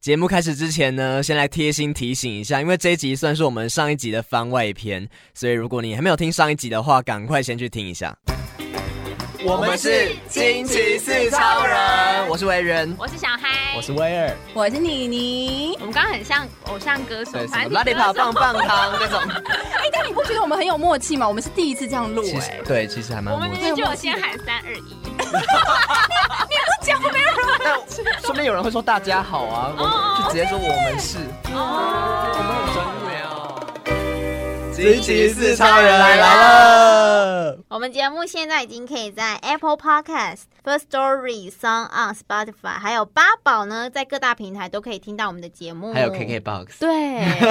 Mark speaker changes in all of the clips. Speaker 1: 节目开始之前呢，先来贴心提醒一下，因为这一集算是我们上一集的番外篇，所以如果你还没有听上一集的话，赶快先去听一下。
Speaker 2: 我
Speaker 3: 们是惊奇四超人
Speaker 1: 我是维人，
Speaker 2: 我是小嗨，
Speaker 3: 我是威尔，
Speaker 4: 我是妮妮。
Speaker 2: 我们刚刚很像偶像歌手
Speaker 1: 对，，什
Speaker 2: 反
Speaker 1: 么
Speaker 2: 正
Speaker 1: 拉力跑棒棒糖那种，
Speaker 4: 哎，但你不觉得我们很有默契吗？我们是第一次这样录
Speaker 1: 其
Speaker 4: 哎
Speaker 1: 实，对，其实还蛮
Speaker 2: 我们
Speaker 1: 默
Speaker 2: 明
Speaker 1: 契。
Speaker 2: 明就有先喊三二一，
Speaker 3: 那说不定有人会说大家好啊，
Speaker 1: 哦
Speaker 3: 我们就直接说我们是，哦我们很专业哦。
Speaker 1: 惊奇四超人
Speaker 3: 来
Speaker 1: 了，
Speaker 5: 我们节目现在已经可以在 Apple Podcast、First Story、Sound on Spotify，还有八宝呢，在各大平台都可以听到我们的节目。
Speaker 1: 还有 KKBOX，
Speaker 5: 对，。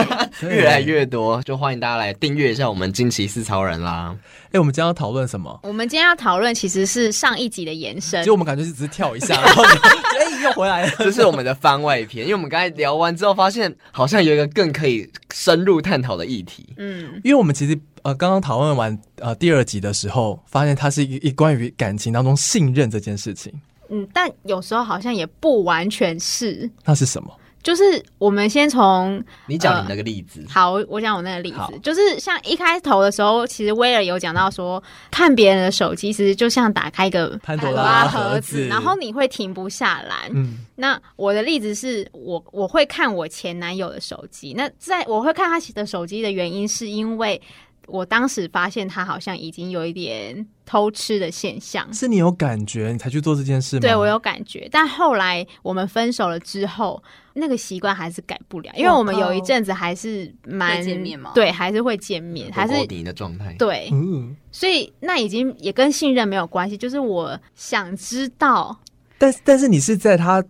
Speaker 1: 越来越多，就欢迎大家来订阅一下我们惊奇四超人啦。
Speaker 3: 哎，我们今天要讨论什么？
Speaker 2: 我们今天要讨论其实是上一集的延伸
Speaker 3: 结果，我们感觉是只是跳一下，然后 哎又回来了。
Speaker 1: 这是我们的番外篇，因为我们刚才聊完之后，发现好像有一个更可以深入探讨的议题。
Speaker 2: 嗯，
Speaker 3: 因为我们其实呃刚刚讨论完呃第二集的时候，发现它是一一关于感情当中信任这件事情，
Speaker 2: 嗯，但有时候好像也不完全是，
Speaker 3: 那是什么？
Speaker 2: 就是我们先从
Speaker 1: 你讲你那个例子，
Speaker 2: 好，我讲我那个例
Speaker 3: 好
Speaker 2: 子，就是像一开头的时候，其实威尔有讲到说，看别人的手机，其实就像打开一个
Speaker 3: 潘多
Speaker 2: 拉
Speaker 3: 拉盒子
Speaker 2: 然后你会停不下来。
Speaker 3: 嗯，
Speaker 2: 那我的例子是我我会看我前男友的手机，那在我会看他的手机的原因，是因为我当时发现他好像已经有一点偷吃的现象。
Speaker 3: 是你有感觉你才去做这件事吗？
Speaker 2: 对我有感觉，但后来我们分手了之后，那个习惯还是改不了，因为我们有一阵子还是蛮
Speaker 4: 会见面吗
Speaker 2: 对，还是会见面，呃还是
Speaker 1: 狗狗迪的状态。
Speaker 2: 对，
Speaker 3: 嗯，
Speaker 2: 所以那已经也跟信任没有关系，就是我想知道，
Speaker 3: 但但是你是在他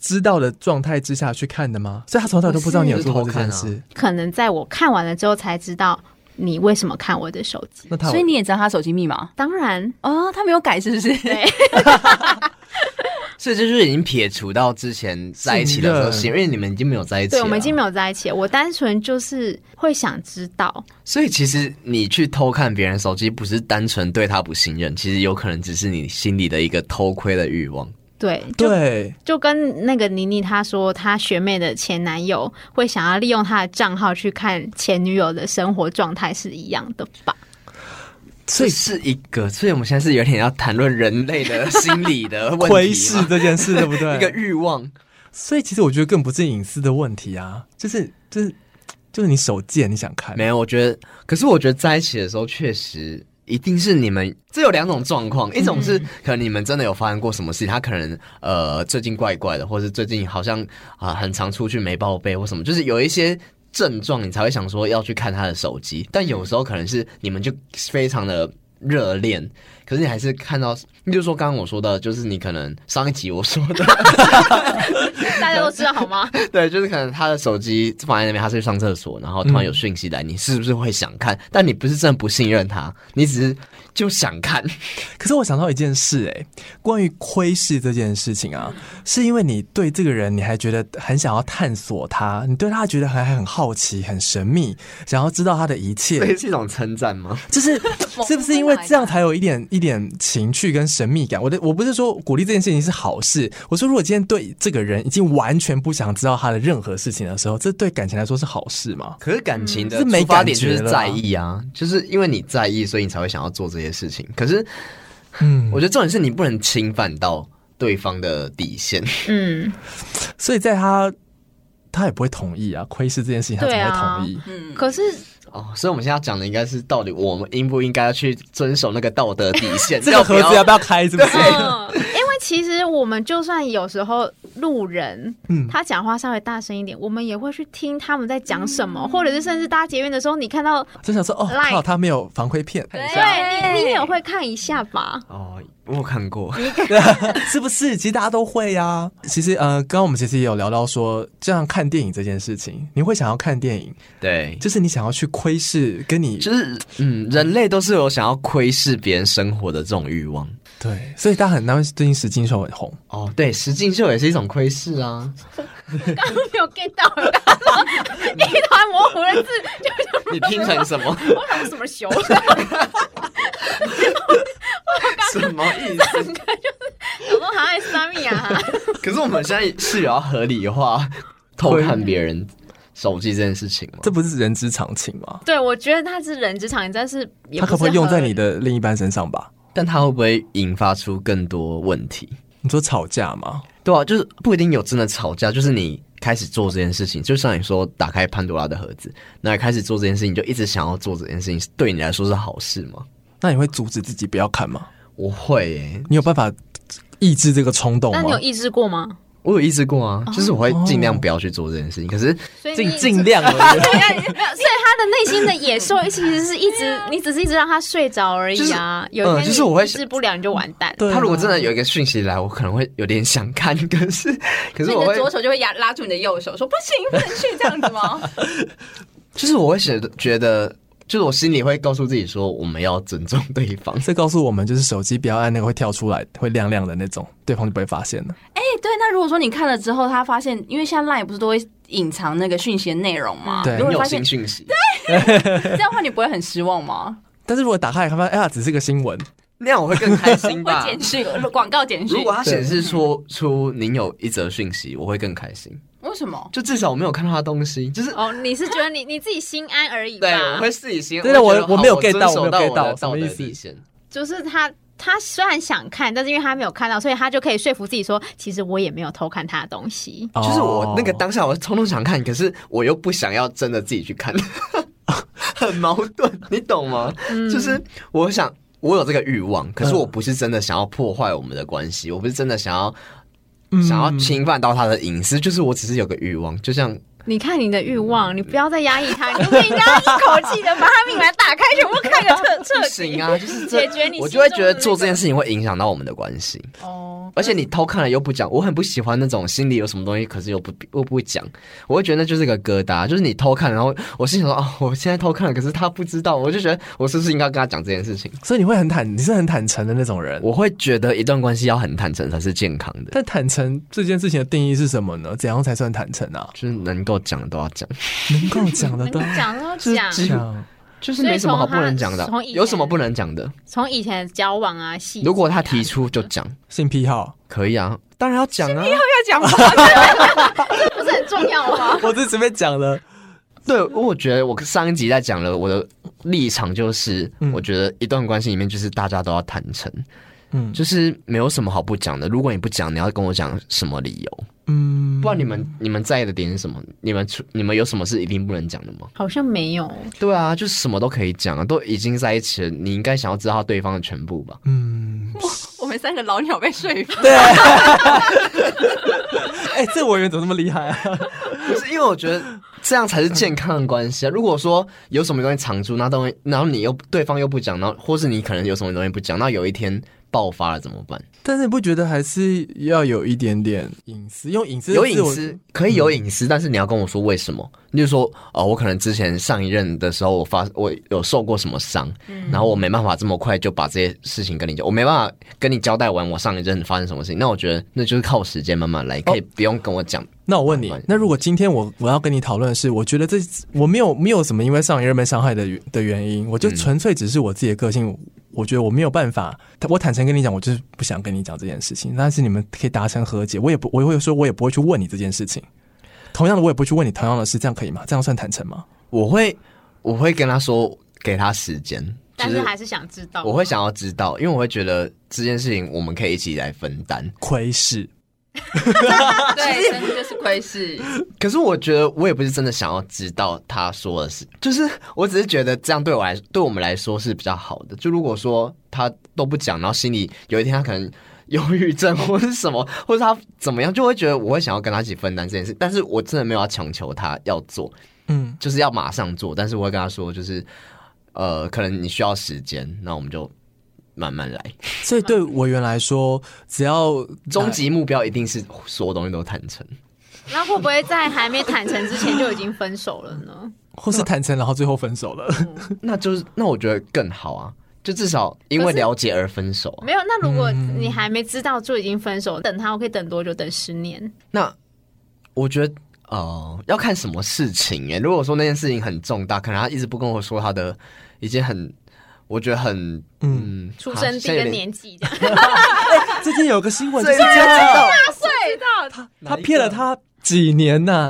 Speaker 3: 知道的状态之下去看的吗？所以他从头到尾都不知道你有做过这件
Speaker 1: 不是
Speaker 3: 事，
Speaker 2: 可能在我看完了之后才知道你为什么看我的手机。
Speaker 3: 那他有
Speaker 4: 所以你也知道他手机密码
Speaker 2: 当然，
Speaker 4: 哦，他没有改是不是？
Speaker 2: 对，
Speaker 1: 所以这就是已经撇除到之前在一起的时候，
Speaker 3: 信
Speaker 1: 因为你们已经没有在一起了，
Speaker 2: 对我们已经没有在一起了，我单纯就是会想知道，
Speaker 1: 所以其实你去偷看别人手机，不是单纯对他不信任，其实有可能只是你心里的一个偷窥的欲望。
Speaker 2: 对，就
Speaker 3: 对，
Speaker 2: 就跟那个妮妮她说，她学妹的前男友会想要利用她的账号去看前女友的生活状态是一样的吧？
Speaker 3: 所
Speaker 1: 这
Speaker 3: 以
Speaker 1: 是一个，所以我们现在是有点要谈论人类的心理的问题嘛，
Speaker 3: 窥视这件事，对 不
Speaker 1: 一个
Speaker 3: 对？
Speaker 1: 欲望。
Speaker 3: 所以其实我觉得更不是隐私的问题啊，就是就是就是你手贱，你想看，
Speaker 1: 没有，我觉得，可是我觉得在一起的时候，确实一定是你们这有两种状况，一种是可能你们真的有发生过什么事情，他可能呃最近怪怪的，或是最近好像啊、很常出去没报备或什么，就是有一些。症状你才会想说要去看他的手机，但有时候可能是你们就非常的热恋，可是你还是看到，你就说刚刚我说的，就是你可能上一集我说的，
Speaker 2: 大家都知道好吗？
Speaker 1: 对，就是可能他的手机放在那边，他是去上厕所，然后突然有讯息来，你是不是会想看？但你不是真的不信任他，你只是就想 看。
Speaker 3: 可是我想到一件事、哎，关于窥视这件事情啊，是因为你对这个人你还觉得很想要探索他，你对他觉得还还很好奇、很神秘，想要知道他的一
Speaker 1: 这
Speaker 3: 切，
Speaker 1: 是一种称赞吗？
Speaker 3: 就是
Speaker 4: 猛
Speaker 3: 是不是因为这样才有一点一点情趣跟神秘感？我的我不是说鼓励这件事情是好事，我说如果今天对这个人已经完全不想知道他的任何事情的时候，这对感情来说是好事吗？
Speaker 1: 可是感情的
Speaker 3: 嗯是没
Speaker 1: 出发点
Speaker 3: 感
Speaker 1: 就
Speaker 3: 觉
Speaker 1: 是
Speaker 3: 了啊
Speaker 1: 在意啊，就是因为你在意，所以你才会想要做这些事情。可是
Speaker 3: 嗯，
Speaker 1: 我觉得重点是你不能侵犯到对方的底线。
Speaker 2: 嗯，
Speaker 3: 所以在他他也不会同意啊，窥视这件事情他怎
Speaker 2: 对
Speaker 3: 么
Speaker 2: 啊
Speaker 3: 会同意？
Speaker 4: 嗯
Speaker 2: 可是
Speaker 1: 哦，所以我们现在要讲的应该是到底我们应不应该要去遵守那个道德底 线？
Speaker 3: 这个盒子要
Speaker 1: 要
Speaker 3: 不要开？是不是？
Speaker 2: 嗯，因为其实我们就算有时候路人，
Speaker 3: 嗯
Speaker 2: 他讲话稍微大声一点，我们也会去听他们在讲什么，或者是甚至搭捷运的时候，你看到，
Speaker 3: 就想说哦，
Speaker 2: Like
Speaker 3: 靠，他没有防窥片，
Speaker 1: 看一下
Speaker 2: 对你，你也会看一下吧。
Speaker 1: 哦，我有看 过。
Speaker 3: 是不是？其实大家都会呀、其实呃，刚刚我们其实也有聊到说，这样看电影这件事情，你会想要看电影，
Speaker 1: 对，
Speaker 3: 就是你想要去窥视，跟你
Speaker 1: 就是嗯，人类都是有想要窥视别人生活的这种欲望。
Speaker 3: 对，所以大家很难。最近石金秀很红，
Speaker 1: 哦，对，实境秀也是一种窥视啊。
Speaker 2: 没有 get 到，我刚刚 说一团模糊的字，就
Speaker 1: 你听成什么？
Speaker 2: 是我想什 么熊， 然
Speaker 1: 什么意思？
Speaker 2: 后好像还是三米啊，
Speaker 1: 可是我们现在是有要合理化偷看别人手机这件事情吗？
Speaker 3: 这不是人之常情吗？
Speaker 2: 对，我觉得他是人之常情，但是也
Speaker 3: 它
Speaker 2: 不
Speaker 3: 可
Speaker 2: 是
Speaker 3: 不可以用在
Speaker 2: 合
Speaker 3: 你的另一半身上吧？
Speaker 1: 但它会不会引发出更多问题？
Speaker 3: 你说吵架吗？
Speaker 1: 对啊，就是不一定有真的吵架，就是你开始做这件事情，就像你说打开潘多拉的盒子，那开始做这件事情，就一直想要做这件事情，对你来说是好事吗？
Speaker 3: 那你会阻止自己不要看吗？
Speaker 1: 我会欸耶，
Speaker 3: 你有办法抑制这个冲动
Speaker 2: 那
Speaker 3: 吗
Speaker 2: 你？有抑制过吗？
Speaker 1: 我有意识过
Speaker 3: 哦
Speaker 1: 啊，就是我会尽量不要去做这件事情，可是
Speaker 2: 所以你
Speaker 1: 尽尽量而已啊。
Speaker 2: 没有，所以他的内心的野兽其实是一直， 你只是一直让他睡着而已啊。
Speaker 1: 是
Speaker 2: 有一
Speaker 1: 嗯就
Speaker 2: 天
Speaker 1: 是我会
Speaker 2: 你抑制不了，你就完蛋。
Speaker 3: 对啊
Speaker 1: 他如果真的有一个讯息来，我可能会有点想看， 可是可
Speaker 4: 所
Speaker 1: 是
Speaker 4: 以你
Speaker 1: 我
Speaker 4: 的
Speaker 1: 会
Speaker 4: 左手就会压拉住你的右手，说不行，不能去这样子 吗？
Speaker 1: 就是我会觉得觉得，就是我心里会告诉自己说，我们要尊重对方。
Speaker 3: 这告诉我们，就是手机不要按那个会跳出来、会亮亮的那种，对方就不会发现了。
Speaker 4: 哎、对，那如果说你看了之后，他发现，因为现在 LINE 不是都会隐藏那个讯息的内容吗？
Speaker 3: 对
Speaker 4: 如果
Speaker 1: 你
Speaker 4: 你
Speaker 1: 有
Speaker 4: 发现
Speaker 1: 新讯息，
Speaker 4: 这样的话，你不会很失望 吗？
Speaker 3: 但是如果打开来看，发现哎呀，只是个新闻，
Speaker 1: 那样我会更开心
Speaker 4: 会
Speaker 1: 吧。
Speaker 4: 简讯，广告简讯
Speaker 1: 如果，他显示出出您有一则讯息，我会更开心。
Speaker 4: 为什么？
Speaker 1: 就至少我没有看到他东西，就是
Speaker 2: 哦，你是觉得你你自己心安而已
Speaker 1: 对，我
Speaker 2: 吧？
Speaker 1: 会自己心。
Speaker 3: 对的
Speaker 1: 会觉得
Speaker 3: 我
Speaker 1: 好
Speaker 3: 我没有
Speaker 1: 我
Speaker 3: get 到
Speaker 1: 遵守
Speaker 3: 我没有
Speaker 1: 到
Speaker 3: get 到
Speaker 1: 我的道
Speaker 3: 什么
Speaker 1: 德
Speaker 3: 意思
Speaker 1: 底线
Speaker 2: 就是他他虽然想看，但是因为他没有看到，所以他就可以说服自己说，其实我也没有偷看他的东西。
Speaker 1: 就是我
Speaker 3: 哦
Speaker 1: 那个当下，我冲动想看，可是我又不想要真的自己去看， 很矛盾，你懂吗？就是我想，我有这个欲望，可是我不是真的想要破坏我们的关系，我不是真的想要想要侵犯到他的隐私，就是我只是有个欲望，就像
Speaker 2: 你看你的欲望，你不要再压抑它，你就可以压一口气的把它命门打开，全部看个彻彻
Speaker 1: 不
Speaker 2: 底。
Speaker 1: 行啊， 就是这
Speaker 2: 解决你
Speaker 1: 我就会觉得
Speaker 2: 心中的那个
Speaker 1: 做这件事情会影响到我们的关系。
Speaker 2: 哦，
Speaker 1: 而且你偷看了又不讲，我很不喜欢那种心里有什么东西，可是又不又不讲，我会觉得那就是个疙瘩，就是你偷看，然后我心想说啊，我现在偷看了，可是他不知道，我就觉得我是不是应该跟他讲这件事情？
Speaker 3: 所以你会很坦，你是很坦诚的那种人。
Speaker 1: 我会觉得一段关系要很坦诚才是健康的，
Speaker 3: 但坦诚这件事情的定义是什么呢？怎样才算坦诚 啊？
Speaker 1: 就是能够讲的都要讲，
Speaker 3: 能够讲得
Speaker 2: 能
Speaker 3: 到
Speaker 2: 够，讲都
Speaker 1: 就是
Speaker 2: 讲。
Speaker 1: 只
Speaker 3: 讲
Speaker 1: 就是没什么好不能讲的
Speaker 2: 所以从
Speaker 1: 啊，
Speaker 2: 他从以前
Speaker 1: 有什么不能讲的？
Speaker 2: 从以前的交往啊，细节啊
Speaker 1: 如果他提出就讲，
Speaker 3: 性癖好，
Speaker 1: 可以啊，当然要讲啊。
Speaker 4: 要讲话，
Speaker 2: 不是很重要吗？
Speaker 3: 我是随便讲的。
Speaker 1: 对，我觉得我上一集在讲了我的立场，就是、
Speaker 3: 嗯
Speaker 1: 我觉得一段关系里面就是大家都要坦诚，
Speaker 3: 嗯
Speaker 1: 就是没有什么好不讲的。如果你不讲，你要跟我讲什么理由？
Speaker 3: 嗯
Speaker 1: 不然你们你们在意的点是什么？你们出你们有什么是一定不能讲的吗？
Speaker 2: 好像没有，
Speaker 1: 对啊，就是什么都可以讲啊，都已经在一起了，你应该想要知道对方的全部 吧？
Speaker 3: 嗯，
Speaker 4: 我们三个老鸟被说 服。
Speaker 3: 哎、这文员怎么那么厉害啊？
Speaker 1: 不是，因为我觉得这样才是健康的关系啊。如果说有什么东西藏住，那东西，然后你又对方又不讲，然后或是你可能有什么东西不讲，那有一天爆发了怎么办？
Speaker 3: 但是你不觉得还是要有一点点隐私？用隐私
Speaker 1: 有
Speaker 3: 的字
Speaker 1: 隐
Speaker 3: 我
Speaker 1: 私可以有隐私，但是你要跟我说为什么。你就说，呃，我可能之前上一任的时候，我发我有受过什么伤，然后我没办法这么快就把这些事情跟你讲，我没办法跟你交代完我上一任发生什么事情。那我觉得那就是靠时间慢慢来，可以不用跟我讲。
Speaker 3: 那我问你
Speaker 1: 慢慢，
Speaker 3: 那如果今天我我要跟你讨论的是，我觉得这我没有没有什么因为上一任被伤害的原的原因，我就
Speaker 1: 嗯
Speaker 3: 纯粹只是我自己的个性，我觉得我没有办法，我坦诚跟你讲，我就是不想跟你讲这件事情，但是你们可以达成和解，我也不我也会说，我也不会去问你这件事情。同样的，我也不会去问你同样的事，这样可以吗？这样算坦诚吗？
Speaker 1: 我会我会跟他说，给他时间，
Speaker 2: 但
Speaker 1: 就是
Speaker 2: 还是想知道。
Speaker 1: 我会，想要知道，因为我会觉得这件事情我们可以一起来分担。
Speaker 3: 窥视，
Speaker 4: 对，真的就是窥视。
Speaker 1: 可是我觉得我也不是真的想要知道他说的是，就是我只是觉得这样对我来，对我们来说是比较好的。就如果说他都不讲，然后心里有一天他可能忧郁症或是什么，或者他怎么样，就会觉得我会想要跟他一起分担这件事。但是我真的没有要强求他要做，
Speaker 3: 嗯，
Speaker 1: 就是要马上做。但是我会跟他说，就是呃，可能你需要时间，那我们就慢慢来。
Speaker 3: 所以对我原来说，只要
Speaker 1: 终极目标一定是所有东西都坦诚。
Speaker 2: 那会不会在还没坦诚之前就已经分手了呢？
Speaker 3: 或是坦诚，然后最后分手了，
Speaker 1: 嗯那就是那我觉得更好啊，就至少因为了解而分手、啊。
Speaker 2: 没有。那如果你还没知道就已经分手，等他我可以等多久？等十年？
Speaker 1: 那我觉得呃，要看什么事情哎、如果说那件事情很重大，可能他一直不跟我说他的一件很，我觉得很嗯，
Speaker 2: 出生地
Speaker 1: 啊
Speaker 2: 跟。年纪这样？
Speaker 3: 最近有个新闻
Speaker 1: 现
Speaker 3: 就
Speaker 1: 在
Speaker 3: 是
Speaker 1: 有点这
Speaker 3: 这
Speaker 1: 样
Speaker 3: 样，
Speaker 1: 知道
Speaker 2: 对，知道。
Speaker 3: 他骗了他几年呐、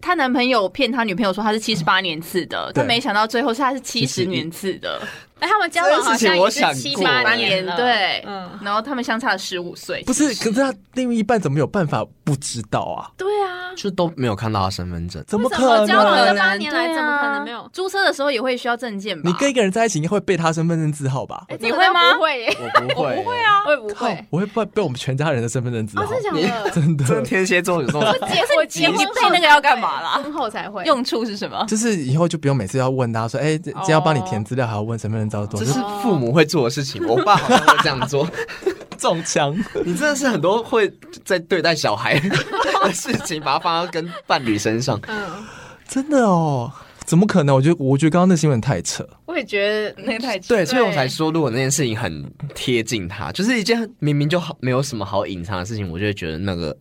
Speaker 4: 她男朋友骗她女朋友说他是七十八年次的，
Speaker 3: 对
Speaker 4: 但没想到最后是他是嗯七十年次的，
Speaker 2: 但哎他们交往好像也
Speaker 1: 这件
Speaker 2: 是
Speaker 1: 事情
Speaker 2: 七
Speaker 1: 我想过
Speaker 2: 八
Speaker 4: 八
Speaker 2: 年了，
Speaker 4: 对，
Speaker 2: 嗯，
Speaker 4: 然后他们相差了十五岁，
Speaker 3: 不是，
Speaker 4: 其
Speaker 3: 可
Speaker 4: 实
Speaker 3: 是他另一半怎么有办法不知道啊？
Speaker 2: 对啊，
Speaker 1: 就都没有看到他身份证。
Speaker 3: 怎么
Speaker 2: 为什么
Speaker 3: 可
Speaker 2: 交往这
Speaker 3: 能？
Speaker 2: 八年来
Speaker 4: 对啊
Speaker 2: 怎么可能没有
Speaker 4: 注册的时候也会需要证件吧？
Speaker 3: 你跟一个人在一起，应该会背他身份证字号吧？
Speaker 2: 哎
Speaker 4: 你会吗
Speaker 2: 这个倒不会 耶，
Speaker 1: 我不会，不会 啊，
Speaker 2: 我也不
Speaker 3: 靠
Speaker 2: 会，。
Speaker 3: 我会背背我们全家人的身份证字
Speaker 2: 哦，
Speaker 3: 号，
Speaker 2: 真的假的？
Speaker 1: 真
Speaker 3: 真
Speaker 1: 的
Speaker 3: 的。
Speaker 1: 天蝎座有这种
Speaker 2: 结我结婚
Speaker 4: 你
Speaker 2: 后
Speaker 4: 配那个要干嘛啦
Speaker 2: 婚后才会，
Speaker 4: 用处是什么？
Speaker 3: 就是以后就不用每次要问他说，哎、今天要帮你填资料，还要问身份证照多
Speaker 1: 这
Speaker 3: 少，
Speaker 1: 是
Speaker 2: 哦
Speaker 1: 父母会做的事情。我爸好像会这样做。
Speaker 3: 中枪。
Speaker 1: 你真的是很多会在对待小孩的事情，把它放到跟伴侣身上。
Speaker 2: 嗯，
Speaker 3: 真的哦，怎么可能？我觉得，我觉得刚刚那新闻太扯。
Speaker 2: 我也觉得
Speaker 1: 嗯
Speaker 4: 那个太
Speaker 1: 对，所以我才说，如果那件事情很贴近他，就是一件明明就好没有什么好隐藏的事情，我就会觉得那个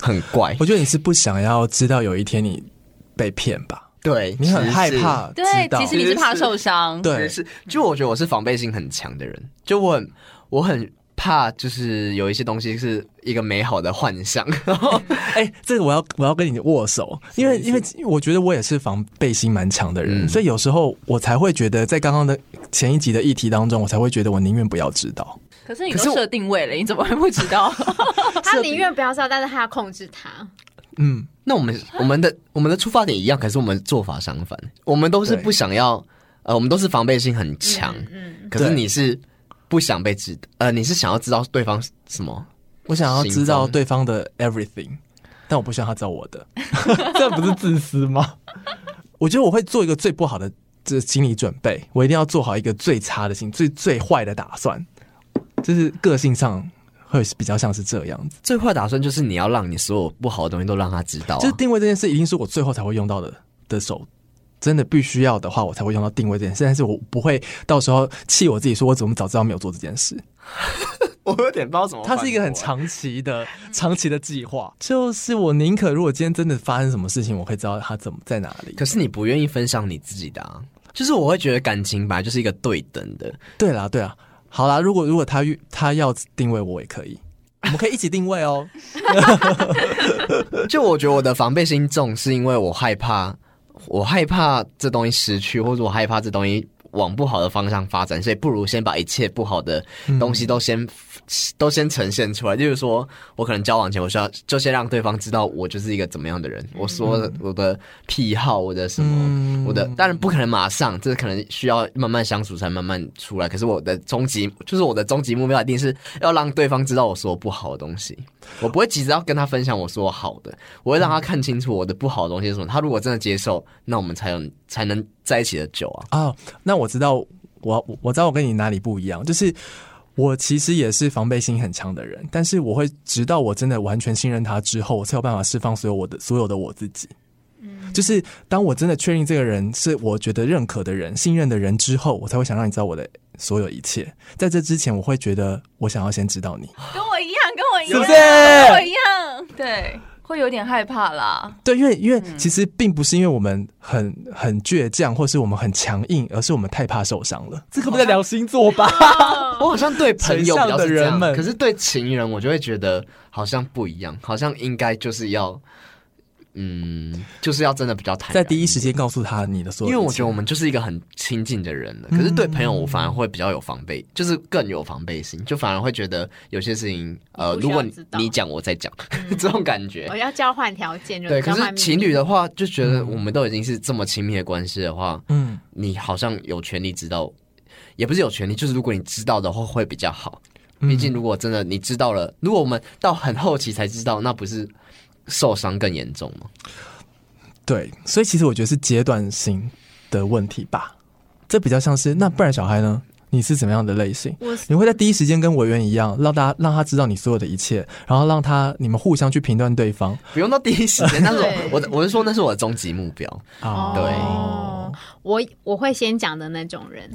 Speaker 1: 很怪。
Speaker 3: 我觉得你是不想要知道有一天你被骗吧？
Speaker 1: 对，
Speaker 3: 你很害
Speaker 1: 其实是
Speaker 3: 怕知
Speaker 4: 对，
Speaker 3: 道
Speaker 4: 其实。你是怕受伤，
Speaker 3: 对
Speaker 1: 对，是，就我觉得我是防备心很强的人，就我很我很怕，就是有一些东西是一个美好的幻想， 然后
Speaker 3: 哎、这个我要我要跟你握手，因为因为我觉得我也是防备心蛮强的人，
Speaker 1: 嗯
Speaker 3: 所以有时候我才会觉得在刚刚的前一集的议题当中，我才会觉得我宁愿不要知道。
Speaker 4: 可是你
Speaker 1: 可是
Speaker 4: 都
Speaker 1: 我
Speaker 4: 设定位了，你怎么会不知道？
Speaker 2: 他宁愿不要知道，但是他要控制他。
Speaker 3: 嗯，
Speaker 1: 那我们我们的我们的出发点一样，可是我们做法相反，我们都是
Speaker 3: 对
Speaker 1: 不想要，呃，我们都是防备心很强，
Speaker 2: 嗯，
Speaker 1: 可是
Speaker 3: 对
Speaker 1: 你是不想被知，呃，你是想要知道对方什么？
Speaker 3: 我想要知
Speaker 1: 行
Speaker 3: 道
Speaker 1: 踪
Speaker 3: 对方的 everything，但我不希望他知道我的， 这不是自私吗？我觉得我会做一个最不好的这心理准备，我一定要做好一个最差的心、最最坏的打算，就是个性上会比较像是这样子。
Speaker 1: 最坏打算就是你要让你所有不好的东西都让他知道、啊，
Speaker 3: 就是定位这件事，一定是我最后才会用到的的手。真的必须要的话，我才会用到定位这件事。但是我不会到时候气我自己，说我怎么早知道没有做这件事。
Speaker 1: 我有点不知道怎么
Speaker 3: 它是一个很长期的、长期的计划。就是我宁可，如果今天真的发生什么事情，我会知道它怎么在哪里。
Speaker 1: 可是你不愿意分享你自己的、啊，就是我会觉得感情本来就是一个对等的，
Speaker 3: 对啦，对啦，好啦，如果如果他他要定位我也可以，我们可以一起定位哦。
Speaker 1: 就我觉得我的防备心重，是因为我害怕，我害怕这东西失去，或者我害怕这东西往不好的方向发展，所以不如先把一切不好的东西都先、都先呈现出来。例如说，我可能交往前，我需要就先让对方知道我就是一个怎么样的人，我说的我的癖好，我的什么，
Speaker 3: 嗯
Speaker 1: 我的当然不可能马上，这可能需要慢慢相处才慢慢出来。可是我的终极就是我的终极目标一定是要让对方知道我所有不好的东西，我不会急着要跟他分享我说我好的。我会让他看清楚我的不好的东西是什么。他如果真的接受，那我们才有才能在一起的久啊。
Speaker 3: 啊、那我知道，我我知道我跟你哪里不一样，就是我其实也是防备心很强的人，但是我会直到我真的完全信任他之后，我才有办法释放所有我的所有的我自己。就是当我真的确定这个人是我觉得认可的人、信任的人之后，我才会想让你知道我的所有一切。在这之前，我会觉得我想要先知道你。
Speaker 4: 跟我一样，跟我一
Speaker 3: 是
Speaker 4: 样，
Speaker 3: 不是
Speaker 4: 啊跟我一样，对，会有点害怕啦。
Speaker 3: 对，因为因为其实并不是因为我们很很倔强，或是我们很强硬，而是我们太怕受伤了。这个不在聊星座吧？
Speaker 1: 我 好像对朋友比较是这
Speaker 3: 水象的人
Speaker 1: 样，
Speaker 3: 们
Speaker 1: 可是对情人我就会觉得好像不一样，好像应该就是要，嗯，就是要真的比较坦然。
Speaker 3: 在第一时，间告诉他你的所
Speaker 1: 因
Speaker 3: 有一切，
Speaker 1: 为我觉得我们就是一个很亲近的人了。可是对朋友，我反而会比较有防备，就是更有防备心，就反而会觉得有些事情，呃，
Speaker 2: 你不需
Speaker 1: 如
Speaker 2: 要
Speaker 1: 果你
Speaker 2: 知道嗯
Speaker 1: 你讲我再 讲，这种感觉。
Speaker 2: 我要交换条件，就
Speaker 1: 对，可
Speaker 2: 交
Speaker 1: 是
Speaker 2: 换
Speaker 1: 情侣的话，就觉得我们都已经是这么亲密的关系的话，
Speaker 3: 嗯，
Speaker 1: 你好像有权利知道，也不是有权利，就是如果你知道的话会比较好。毕竟如果真的你知道了，如果我们到很后期才知道，那不是受伤更严重吗？
Speaker 3: 对，所以其实我觉得是阶段性的问题吧。这比较像是那不然小孩呢？你是怎么样的类型？
Speaker 2: 我是
Speaker 3: 你会在第一时间跟委员一样，让大家让他知道你所有的一切，然后让他你们互相去评断对方
Speaker 1: 不用到第一时间，但是
Speaker 2: 对
Speaker 1: 我我的我是说那是我的终极目标。
Speaker 3: 啊。
Speaker 1: 对
Speaker 2: 哦，我我会先讲的那种人。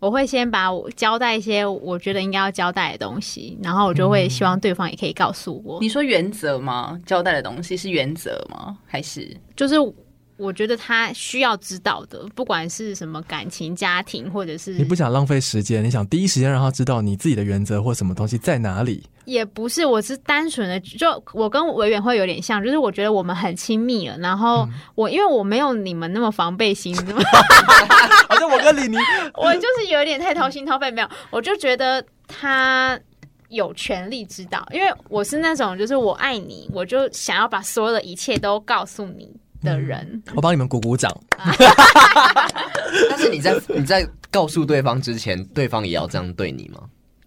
Speaker 2: 我会先把我交代一些我觉得应该要交代的东西，然后我就会希望对方也可以
Speaker 1: 嗯
Speaker 2: 告诉我，
Speaker 4: 你说原则吗？交代的东西是原则吗？还是
Speaker 2: 就是我觉得他需要知道的，不管是什么感情、家庭，或者是
Speaker 3: 你不想浪费时间，你想第一时间让他知道你自己的原则或什么东西在哪里。
Speaker 2: 也不是，我是单纯的，就我跟委员会有点像，就是我觉得我们很亲密了，然
Speaker 1: 嗯
Speaker 2: 后我、因为我没有你们那么防备心，你知 道吗
Speaker 3: 好像我跟李宁，
Speaker 2: 我就是有点太掏心掏肺，没有，我就觉得他有权利知道，因为我是那种就是我爱你，我就想要把所有的一切都告诉你的人，
Speaker 1: 嗯
Speaker 3: 我帮你们鼓 鼓掌。
Speaker 1: 但是你在你在告诉对方之前，对方也要这样对你吗？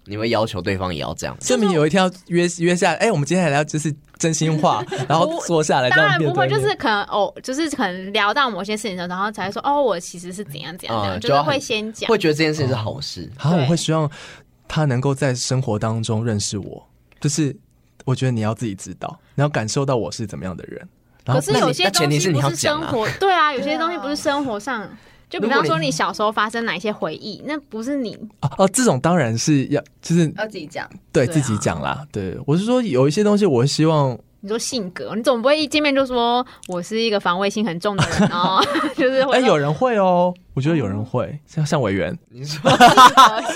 Speaker 1: 你会要求对方也要这样？
Speaker 3: 证明有一天要约约下来，哎、我们今天来聊就是真 心话，然后坐下来这
Speaker 2: 当
Speaker 3: 样
Speaker 2: 然
Speaker 3: 面
Speaker 2: 不会，
Speaker 3: 对
Speaker 2: 就
Speaker 3: 面。
Speaker 2: 是可能哦，就是可能聊到某些事情的时候，然后才说哦，我其实是怎样怎样怎样，
Speaker 1: 嗯就
Speaker 2: 就
Speaker 1: 是要很
Speaker 2: 会先讲
Speaker 1: 会。觉得这件事情是好事，
Speaker 3: 好，我
Speaker 2: 对
Speaker 3: 会希望他能够在生活当中认识我，就是我觉得你要自己知道，你要感受到我是怎么样的人。然
Speaker 2: 可
Speaker 3: 后
Speaker 2: 是
Speaker 1: 那你
Speaker 2: 有些
Speaker 1: 那前
Speaker 2: 东
Speaker 1: 提
Speaker 2: 西
Speaker 1: 是你
Speaker 2: 不
Speaker 1: 要
Speaker 2: 是
Speaker 1: 讲
Speaker 2: 生
Speaker 1: 啊
Speaker 2: 活，对 啊，有些东西不是生活上，就比
Speaker 1: 如果
Speaker 2: 方说
Speaker 1: 你
Speaker 2: 你小时候发生哪一些回忆，那不是你
Speaker 3: 哦、哦，这种当然是要就是
Speaker 4: 要自己讲，
Speaker 3: 对
Speaker 2: 对啊
Speaker 3: 自己讲啦。对，我是说有一些东西，我希望
Speaker 2: 你说性格，你总不会一见面就说我是一个防卫心很重的人 哦，就是会
Speaker 3: 哎、
Speaker 2: 说
Speaker 1: 啊
Speaker 3: 有人会哦，我觉得有人
Speaker 1: 嗯
Speaker 3: 会，像像委员，
Speaker 1: 你说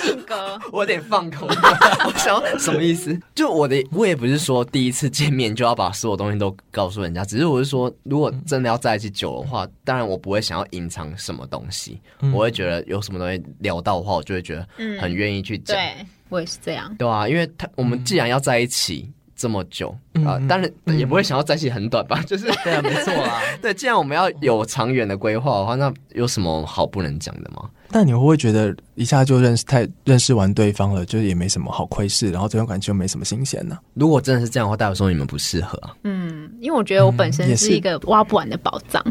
Speaker 2: 性格，
Speaker 1: 我有点放空，我想说什么意思？就我的，我也不是说第一次见面就要把所有东西都告诉人家，只是我是说，如果真的要在一起久的话，当然我不会想要隐藏什么东西，
Speaker 3: 嗯
Speaker 1: 我会觉得有什么东西聊到的话，我就会觉得
Speaker 2: 嗯
Speaker 1: 很愿意去讲。
Speaker 2: 对我也是这样。
Speaker 1: 对啊，因为他我们既然要在一起这么久
Speaker 3: 嗯
Speaker 1: 啊，
Speaker 3: 嗯
Speaker 1: 当然也不会想要在一起很短吧，就是 对啊，没错啊。对，既然我们要有长远的规划的话，那有什么好不能讲的吗？
Speaker 3: 但你会不会觉得一下就认识太认识完对方了，就是也没什么好窥视，然后这段感情又没什么新鲜呢、
Speaker 1: 如果真的是这样的话，代表说你们不适合啊。
Speaker 2: 嗯，因为我觉得我本
Speaker 3: 嗯也
Speaker 2: 身
Speaker 3: 是
Speaker 2: 是一个挖不完的宝藏，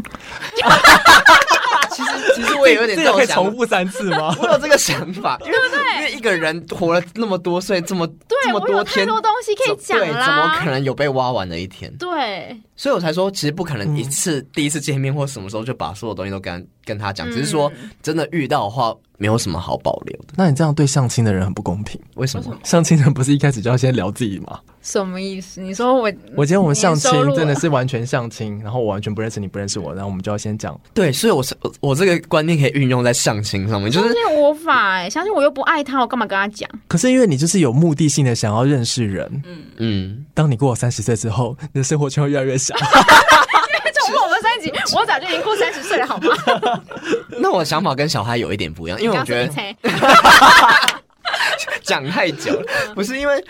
Speaker 1: 其实其实我也有点这种想法。
Speaker 3: 复三次 吗
Speaker 1: 我有这个想法，因为因为一个人活了那么多岁，这么这
Speaker 2: 对
Speaker 1: 么
Speaker 2: 我有太
Speaker 1: 天，
Speaker 2: 多东西可以讲
Speaker 1: 对，怎么可
Speaker 2: 啦。
Speaker 1: 能有被挖完的一天？
Speaker 2: 对，
Speaker 1: 所以我才说，其实不可能一次、第一次见面或什么时候就把所有东西都跟跟他讲，只是说
Speaker 2: 嗯
Speaker 1: 真的遇到的话，没有什么好保留的。
Speaker 3: 那你这样对相亲的人很不公平。
Speaker 1: 为什么？
Speaker 3: 相亲人不是一开始就要先聊自己吗？
Speaker 2: 什么意思？你说我
Speaker 1: 嗯
Speaker 3: 我今天我们相亲
Speaker 2: 年收入啊
Speaker 3: 真的是完全相亲，然后我完全不认识你，不认识我，然后我们就要先讲，
Speaker 1: 对，所以我是我我这个观念可以运用在相亲上面，就
Speaker 2: 相
Speaker 1: 是
Speaker 2: 信我无法哎、相信我又不爱他，我干嘛跟他 讲？
Speaker 3: 可是因为你就是有目的性的想要认识人，
Speaker 1: 嗯，
Speaker 3: 当你过了三十岁之后，你的生活圈会越来 越小。
Speaker 2: 就我们三级，我早就已经过三十岁了，好吗？
Speaker 1: 那我的想法跟小孩有一点不一样，因为我觉得
Speaker 2: 得，
Speaker 1: 讲太久
Speaker 3: 嗯
Speaker 1: 了，不是因为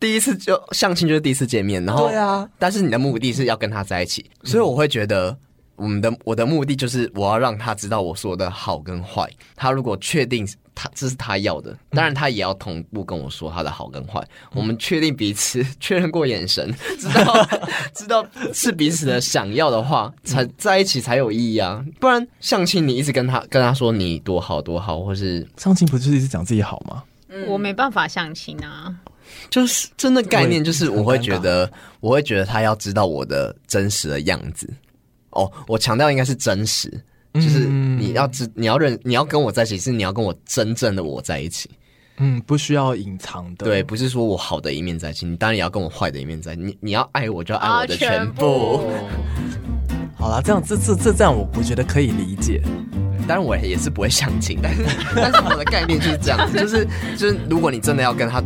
Speaker 1: 第一次就相亲就是第一次见面，然后
Speaker 3: 对啊，嗯
Speaker 1: 但是你的目的是要跟他在一起，所以我会觉得。我们的我的目的就是我要让他知道我说的好跟坏。他如果确定他这是他要
Speaker 3: 嗯
Speaker 1: 的，当然他也要同步跟我说他的好跟坏。我们确定彼此，确认过眼 神，知道知道是彼此的想要的话，才
Speaker 3: 嗯
Speaker 1: 在一起才有意义啊。不然相亲你一直跟他跟他说你多好多好，或是
Speaker 3: 相亲不就是一直讲自己好吗？
Speaker 2: 我没办法相亲啊。
Speaker 1: 就是真的概念，
Speaker 3: 对
Speaker 1: 就是我会觉得，我会觉得他要知道我的真实的样子。哦，我强调应该是真实，就是
Speaker 3: 嗯
Speaker 1: 你要知，你要认，你要跟我在一起，是你要跟我真正的我在一起。
Speaker 3: 嗯，不需要隐藏的。
Speaker 1: 对，，不是说我好的一面在一起，你当然也要跟我坏的一面在一起。你你要爱我，就要爱
Speaker 2: 啊
Speaker 1: 我的
Speaker 2: 全
Speaker 1: 全
Speaker 2: 部
Speaker 1: 部。
Speaker 3: 好啦，这样这这这这样我我觉得可以理解。
Speaker 1: 当然我也是不会相亲， 但是但是我的概念就是这 样子，就是就是如果你真的要跟他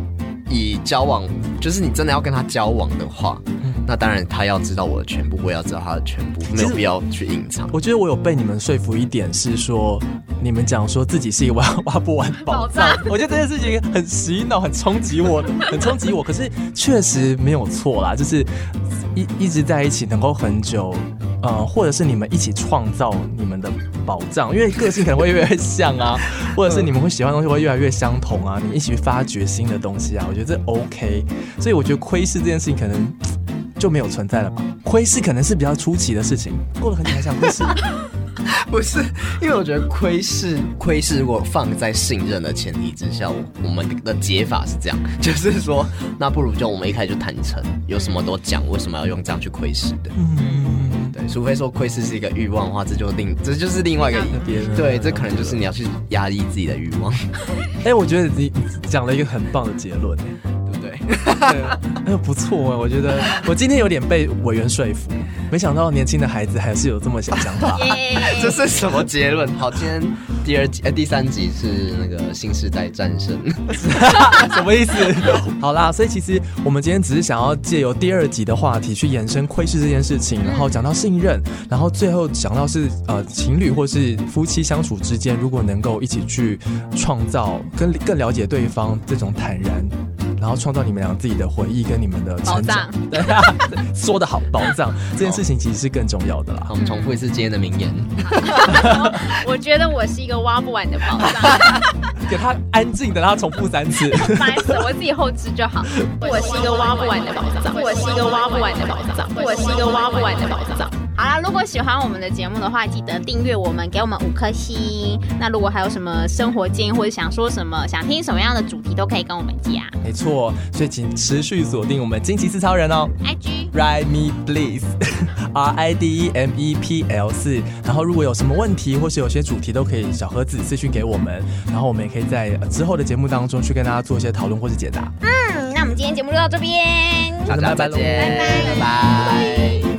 Speaker 1: 以交往，就是你真的要跟他交往的话，那当然他要知道我的全部，我也要知道他的全部，没有必要去隐藏。
Speaker 3: 我觉得我有被你们说服一点，是说你们讲说自己是一个挖挖不完宝藏，我觉得这件事情很洗脑，很冲击我，很冲击我。可是确实没有错啦，就是一一直在一起能够很久，呃，或者是你们一起创造你们的宝藏，因为个性可能会越来越像啊，或者是你们会喜欢的东西会越来越相同啊，你们一起去发掘新的东西啊，我觉得这 OK。所以我觉得窥视这件事情可能。就没有存在了吧？窥视可能是比较出奇的事情，过了很久还想窥视，
Speaker 1: 不是，因为我觉得窥视，窥视如果放在信任的前提之下，我我们的解法是这样， 就是说，那不如就我们一开始就坦诚，有什么都讲，为什么要用这样去窥视的？
Speaker 3: 嗯，
Speaker 1: 对，除非说窥视是一个欲望的话，这就另这就是另外一个
Speaker 3: 别人，
Speaker 1: 对，这可能就是你要去压抑自己的欲望，
Speaker 3: 哎、我觉得你讲了一个很棒的结论、
Speaker 1: 对不对？
Speaker 3: 哎，哎，不错哎、我觉得我今天有点被委员说服，没想到年轻的孩子还是有这么想想法
Speaker 5: 耶
Speaker 1: 这是什么结论？好，今天第二集、呃、第三集是那个新时代战神，
Speaker 3: 什么意思？好啦，所以其实我们今天只是想要借由第二集的话题去延伸窥视这件事情，然后讲到信任，然后最后讲到是呃情侣或是夫妻相处之间，如果能够一起去创造跟更了解对方这种坦然。然后创造你们俩自己的回忆跟你们的成长
Speaker 2: 宝，
Speaker 3: 对啊，说的好，宝藏这件事情其实是更重要的啦
Speaker 1: 好，。我们重复一次今天的名言。
Speaker 2: 我觉得我是一个挖不完的宝 藏，
Speaker 3: 给他安静的，让他重复三次。
Speaker 2: 烦死了我自己后知就好。我是一个挖不完的宝藏，我是一个挖不完的宝藏，我是一个挖不完的宝藏。好啦，如果喜欢我们的节目的话，记得订阅我们，给我们五颗星。那如果还有什么生活建议，或者想说什么、想听什么样的主题，都可以跟我们讲。
Speaker 3: 没错，所以请持续锁定我们惊奇四超人哦。
Speaker 2: IG
Speaker 3: Ride me please, R I D E M E P L 四。然后如果有什么问题或是有些主题，都可以小盒子私讯给我们，然后我们也可以在呃之后的节目当中去跟大家做一些讨论或是解答。
Speaker 5: 嗯，那我们今天节目就到这边。
Speaker 1: 大家
Speaker 3: 拜拜
Speaker 1: 再
Speaker 3: 喽
Speaker 1: 见，
Speaker 5: 拜拜
Speaker 1: 拜拜